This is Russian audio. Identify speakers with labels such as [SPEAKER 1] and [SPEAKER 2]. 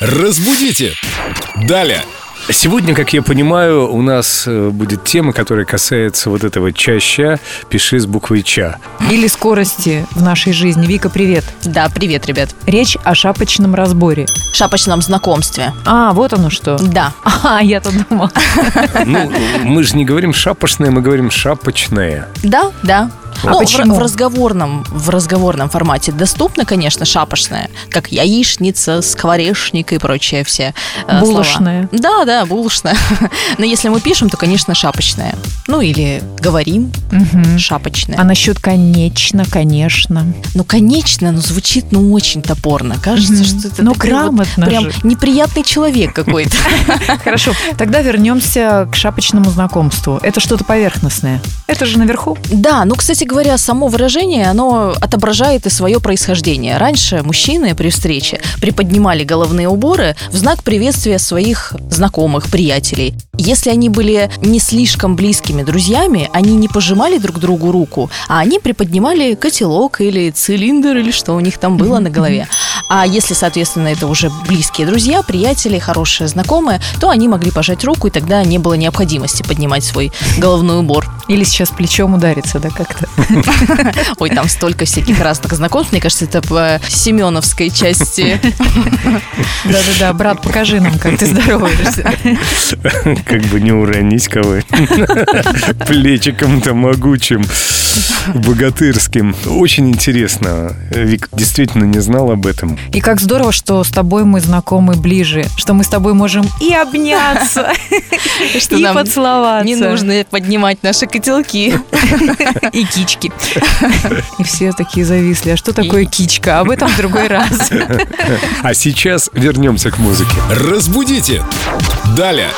[SPEAKER 1] Разбудите! Далее!
[SPEAKER 2] Сегодня, как я понимаю, у нас э, будет тема, которая касается вот этого чаща. Пиши с буквой ча.
[SPEAKER 3] или скорости в нашей жизни. Вика, привет.
[SPEAKER 4] Да, привет, ребят.
[SPEAKER 3] Речь о шапочном разборе.
[SPEAKER 4] Шапочном знакомстве.
[SPEAKER 3] А, вот оно что.
[SPEAKER 4] Да.
[SPEAKER 3] А, я-то думала.
[SPEAKER 4] э,
[SPEAKER 2] Ну, мы же не говорим шапошное, мы говорим шапочное.
[SPEAKER 4] Да, да.
[SPEAKER 2] А
[SPEAKER 4] Ну, в-
[SPEAKER 3] почему?
[SPEAKER 4] В, разговорном, в разговорном формате доступно, конечно, шапошное, как яичница, скворечник и прочее все э, слова.
[SPEAKER 3] Булочное.
[SPEAKER 4] Да, да, булочное. Но если мы пишем, то, конечно, шапочное. Ну, или говорим
[SPEAKER 3] Мгм.
[SPEAKER 4] шапочное.
[SPEAKER 3] А насчет конечно, конечно.
[SPEAKER 4] Ну, конечно, но звучит, ну, очень топорно. Кажется,
[SPEAKER 3] Мгм.
[SPEAKER 4] что это
[SPEAKER 3] Ну,
[SPEAKER 4] такой вот
[SPEAKER 3] грамотно
[SPEAKER 4] прям
[SPEAKER 3] же.
[SPEAKER 4] неприятный человек какой-то.
[SPEAKER 3] Хорошо, тогда вернемся к шапочному знакомству. Это что-то поверхностное. Это же наверху.
[SPEAKER 4] Да, ну, кстати говоря, само выражение, оно отображает и свое происхождение. Раньше мужчины при встрече приподнимали головные уборы в знак приветствия своих знакомых, приятелей. Если они были не слишком близкими друзьями, они не пожимали друг другу руку, а они приподнимали котелок или цилиндр, или что у них там было на голове. А если, соответственно, это уже близкие друзья, приятели, хорошие знакомые, то они могли пожать руку, и тогда не было необходимости поднимать свой головной убор.
[SPEAKER 3] Или сейчас плечом ударится, да, как-то.
[SPEAKER 4] Ой, там столько всяких разных знакомств. Мне кажется, это по семеновской части.
[SPEAKER 3] Да-да-да, брат, покажи нам, как ты здороваешься.
[SPEAKER 2] Как бы не уронить кого Плечиком-то могучим, богатырским. Очень интересно. Вик действительно не знал об этом.
[SPEAKER 3] И как здорово, что с тобой мы знакомы ближе, что мы с тобой можем и обняться,
[SPEAKER 4] Что
[SPEAKER 3] и
[SPEAKER 4] нам
[SPEAKER 3] поцеловаться.
[SPEAKER 4] Не нужно поднимать наши котелки.
[SPEAKER 3] И кички. И все такие зависли. А что такое кичка? Об этом в другой раз.
[SPEAKER 2] А сейчас вернемся к музыке.
[SPEAKER 1] Разбудите! Далее!